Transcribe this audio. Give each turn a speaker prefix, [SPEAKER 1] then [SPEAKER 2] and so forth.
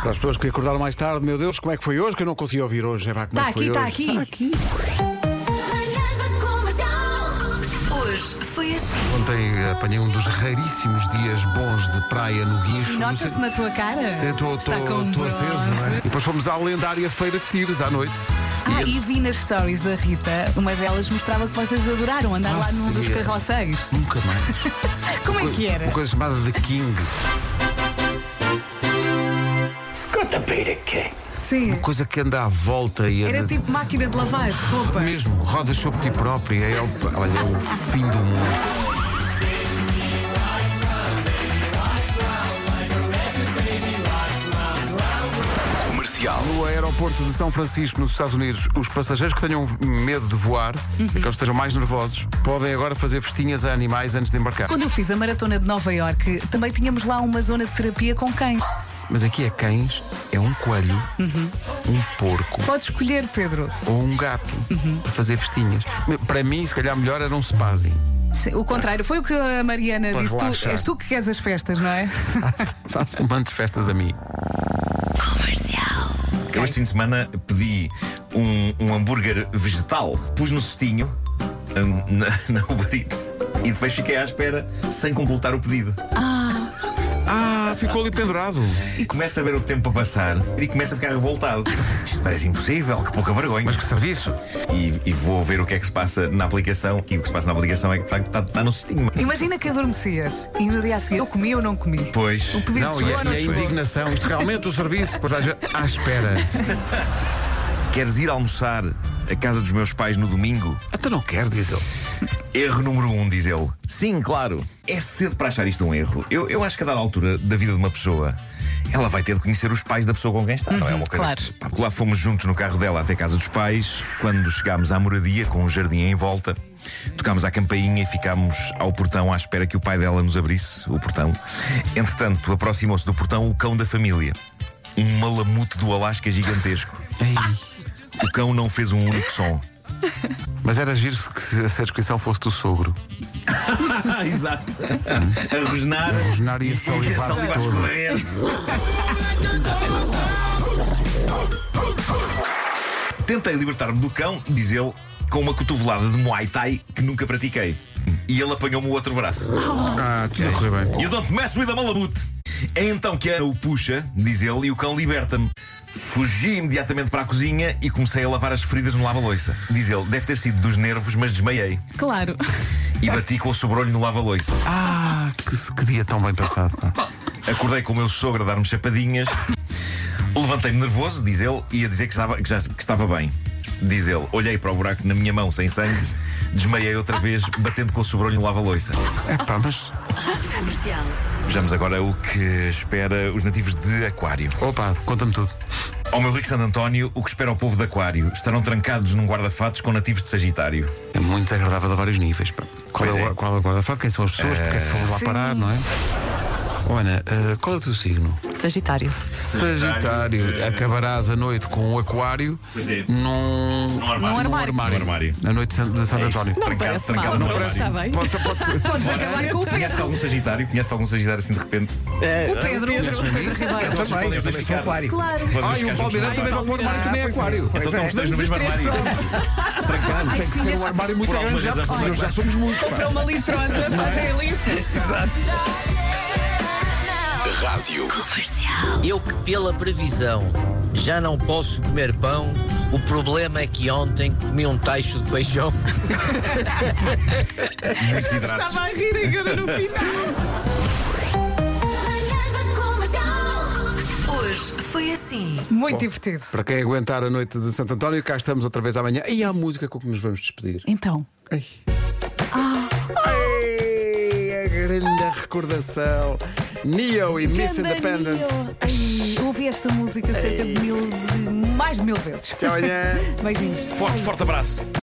[SPEAKER 1] Para as pessoas que acordaram mais tarde, meu Deus, como é que foi hoje? Que eu não consegui ouvir hoje. É pá, como
[SPEAKER 2] Tá
[SPEAKER 1] é que foi
[SPEAKER 2] aqui, tá
[SPEAKER 1] hoje?
[SPEAKER 2] aqui.
[SPEAKER 1] Está aqui.
[SPEAKER 3] Manhãs da comercial.
[SPEAKER 4] Hoje foi assim.
[SPEAKER 5] Ontem apanhei um dos raríssimos dias bons de praia no Guincho.
[SPEAKER 2] Nota-se na é tua cara.
[SPEAKER 5] Estou
[SPEAKER 2] Está com bronze.
[SPEAKER 5] aceso, não é? E depois fomos à lendária Feira de Tires à noite.
[SPEAKER 2] Ah, e vi nas stories da Rita, uma delas mostrava que vocês adoraram andar
[SPEAKER 5] Ah,
[SPEAKER 2] lá num dos
[SPEAKER 5] sim.
[SPEAKER 2] carroceiros.
[SPEAKER 5] é Nunca mais.
[SPEAKER 2] Como é que era?
[SPEAKER 5] Uma coisa chamada The King.
[SPEAKER 6] Escuta, Peter King.
[SPEAKER 2] Sim.
[SPEAKER 5] Uma coisa que anda à volta e
[SPEAKER 2] Era
[SPEAKER 5] anda-
[SPEAKER 2] tipo máquina de lavar roupa.
[SPEAKER 5] Mesmo, rodas sobre ti própria. É o, olha, é o fim do mundo.
[SPEAKER 6] Comercial.
[SPEAKER 5] No aeroporto de São Francisco, nos Estados Unidos, os passageiros que tenham medo de voar, aqueles que estejam mais nervosos, podem agora fazer festinhas a animais antes de embarcar.
[SPEAKER 2] Quando eu fiz a maratona de Nova Iorque, também tínhamos lá uma zona de terapia com cães.
[SPEAKER 5] Mas aqui é cães, é um coelho, um porco
[SPEAKER 2] Podes escolher, Pedro.
[SPEAKER 5] ou um gato para fazer festinhas. Para mim, se calhar melhor era um spazi.
[SPEAKER 2] Sim, o contrário, foi o que a Mariana
[SPEAKER 5] Pois
[SPEAKER 2] disse. Tu,
[SPEAKER 5] relaxa.
[SPEAKER 2] és tu que queres as festas, não é?
[SPEAKER 5] Façam mantes festas a mim.
[SPEAKER 7] Eu este fim de semana pedi um, um hambúrguer vegetal, pus no cestinho hum, na, na Uber Eats e depois fiquei à espera sem completar o pedido.
[SPEAKER 5] Ah, ficou ali pendurado.
[SPEAKER 7] E começa a ver o tempo a passar e começa a ficar revoltado. Isto parece impossível, que pouca vergonha.
[SPEAKER 5] Mas que serviço!
[SPEAKER 7] E, e vou ver o que é que se passa na aplicação e o que se passa na aplicação é que está, está, está no cestinho.
[SPEAKER 2] Imagina que adormecias e no dia a seguir eu comi ou não comi.
[SPEAKER 7] Pois.
[SPEAKER 2] O pedido
[SPEAKER 5] Não, e
[SPEAKER 7] é
[SPEAKER 2] chegou
[SPEAKER 5] a,
[SPEAKER 2] ou
[SPEAKER 5] e
[SPEAKER 2] não
[SPEAKER 5] a
[SPEAKER 2] chegou?
[SPEAKER 5] indignação, isto realmente o serviço, pois vai à espera.
[SPEAKER 7] Queres ir almoçar à casa dos meus pais no domingo?
[SPEAKER 5] Até Então não quero, diz ele.
[SPEAKER 7] Erro número um, diz ele. Sim, claro. É cedo para achar isto um erro. Eu, eu acho que a dada altura da vida de uma pessoa, ela vai ter de conhecer os pais da pessoa com quem está, não é uma coisa?
[SPEAKER 2] claro.
[SPEAKER 7] Pá, lá fomos juntos no carro dela até a casa dos pais. Quando chegámos à moradia, com o jardim em volta, tocámos à campainha e ficámos ao portão à espera que o pai dela nos abrisse o portão. Entretanto, aproximou-se do portão o cão da família. Um malamute do Alasca gigantesco. O cão não fez um único som.
[SPEAKER 5] Mas era giro se, que se- se a descrição fosse do sogro.
[SPEAKER 7] Ah, exato. A rosnar. A
[SPEAKER 5] rosnar e a salivar-se todo.
[SPEAKER 7] escorrer. Tentei libertar-me do cão, diz ele, com uma cotovelada de Muay Thai que nunca pratiquei. E ele apanhou-me o outro braço.
[SPEAKER 5] Ah, tudo a correr bem.
[SPEAKER 7] You don't mess with a malamute. É então que Ana o puxa, diz ele, e o cão liberta-me. Fugi imediatamente para a cozinha e comecei a lavar as feridas no lava-loiça. Diz ele, deve ter sido dos nervos, mas desmaiei.
[SPEAKER 2] Claro.
[SPEAKER 7] E bati com o sobrolho no lava-loiça.
[SPEAKER 5] Ah, que, que dia tão bem passado. pá.
[SPEAKER 7] Acordei com o meu sogro a dar-me chapadinhas. Levantei-me nervoso, diz ele, e a dizer que estava, que já, que estava bem. Diz ele, olhei para o buraco na minha mão sem sangue, desmaiei outra vez, batendo com o sobrolho no lava-loiça.
[SPEAKER 5] É pá, mas.
[SPEAKER 4] Comercial.
[SPEAKER 7] Vejamos agora o que espera os nativos de Aquário.
[SPEAKER 5] Opa, conta-me tudo.
[SPEAKER 7] Ao meu rico Santo António, o que espera o povo de Aquário? Estarão trancados num guarda-fatos com nativos de Sagitário.
[SPEAKER 5] É muito desagradável a vários níveis. pá. Qual
[SPEAKER 7] Pois
[SPEAKER 5] é, o-
[SPEAKER 7] é.
[SPEAKER 5] qual é o guarda-fato? Quem são as pessoas? Porque é que fomos lá parar, não é? Oh, Ana, eh, qual é o teu signo?
[SPEAKER 4] Sagitário.
[SPEAKER 5] Sagitário. Acabarás a noite com um aquário
[SPEAKER 7] Pois é.
[SPEAKER 5] num.
[SPEAKER 7] Num armário.
[SPEAKER 5] num
[SPEAKER 2] armário.
[SPEAKER 5] armário.
[SPEAKER 7] Num armário. É
[SPEAKER 5] Na noite de San- de Santo António.
[SPEAKER 4] Não parece mal,
[SPEAKER 7] trancado
[SPEAKER 4] não
[SPEAKER 7] no armário.
[SPEAKER 4] está bem.
[SPEAKER 5] Pode, pode ser.
[SPEAKER 2] Podes acabar com o Pedro.
[SPEAKER 7] Conhece algum Sagitário? Conhece algum Sagitário assim de repente?
[SPEAKER 2] O Pedro, o Pedro Ribeiro.
[SPEAKER 5] Então
[SPEAKER 7] Vocês podem os dois ficar-
[SPEAKER 2] Claro.
[SPEAKER 7] podem os
[SPEAKER 5] Ah,
[SPEAKER 7] dois
[SPEAKER 5] e
[SPEAKER 7] ficar
[SPEAKER 5] o
[SPEAKER 7] juntos.
[SPEAKER 5] Palmeiras também vai pôr o armário também é aquário.
[SPEAKER 7] Então estamos dois no mesmo armário. Trancado.
[SPEAKER 2] Ai, filhas,
[SPEAKER 5] Um armário muito
[SPEAKER 7] Por
[SPEAKER 5] grande
[SPEAKER 7] algumas
[SPEAKER 5] já,
[SPEAKER 7] razões
[SPEAKER 5] porque
[SPEAKER 7] também.
[SPEAKER 5] nós já somos muitos.
[SPEAKER 2] compra uma litrosa, fazem ali.
[SPEAKER 6] Rádio.
[SPEAKER 8] Eu que pela previsão já não posso comer pão, o problema é que ontem comi um tacho de feijão.
[SPEAKER 7] Muitos hidratos.
[SPEAKER 2] Estava a rir agora no final.
[SPEAKER 3] Manhãs da comercial.
[SPEAKER 4] Hoje foi assim.
[SPEAKER 2] Muito divertido.
[SPEAKER 5] Para quem aguentar a noite de Santo António, cá estamos outra vez amanhã. E há música com que nos vamos despedir.
[SPEAKER 2] Então,
[SPEAKER 5] Ai. Ei, a grande recordação. Neo e Miss Independence.
[SPEAKER 2] Ai, ouvi esta música cerca de mil, de mais de mil vezes.
[SPEAKER 5] Até amanhã.
[SPEAKER 2] Beijinhos.
[SPEAKER 7] Forte, forte abraço.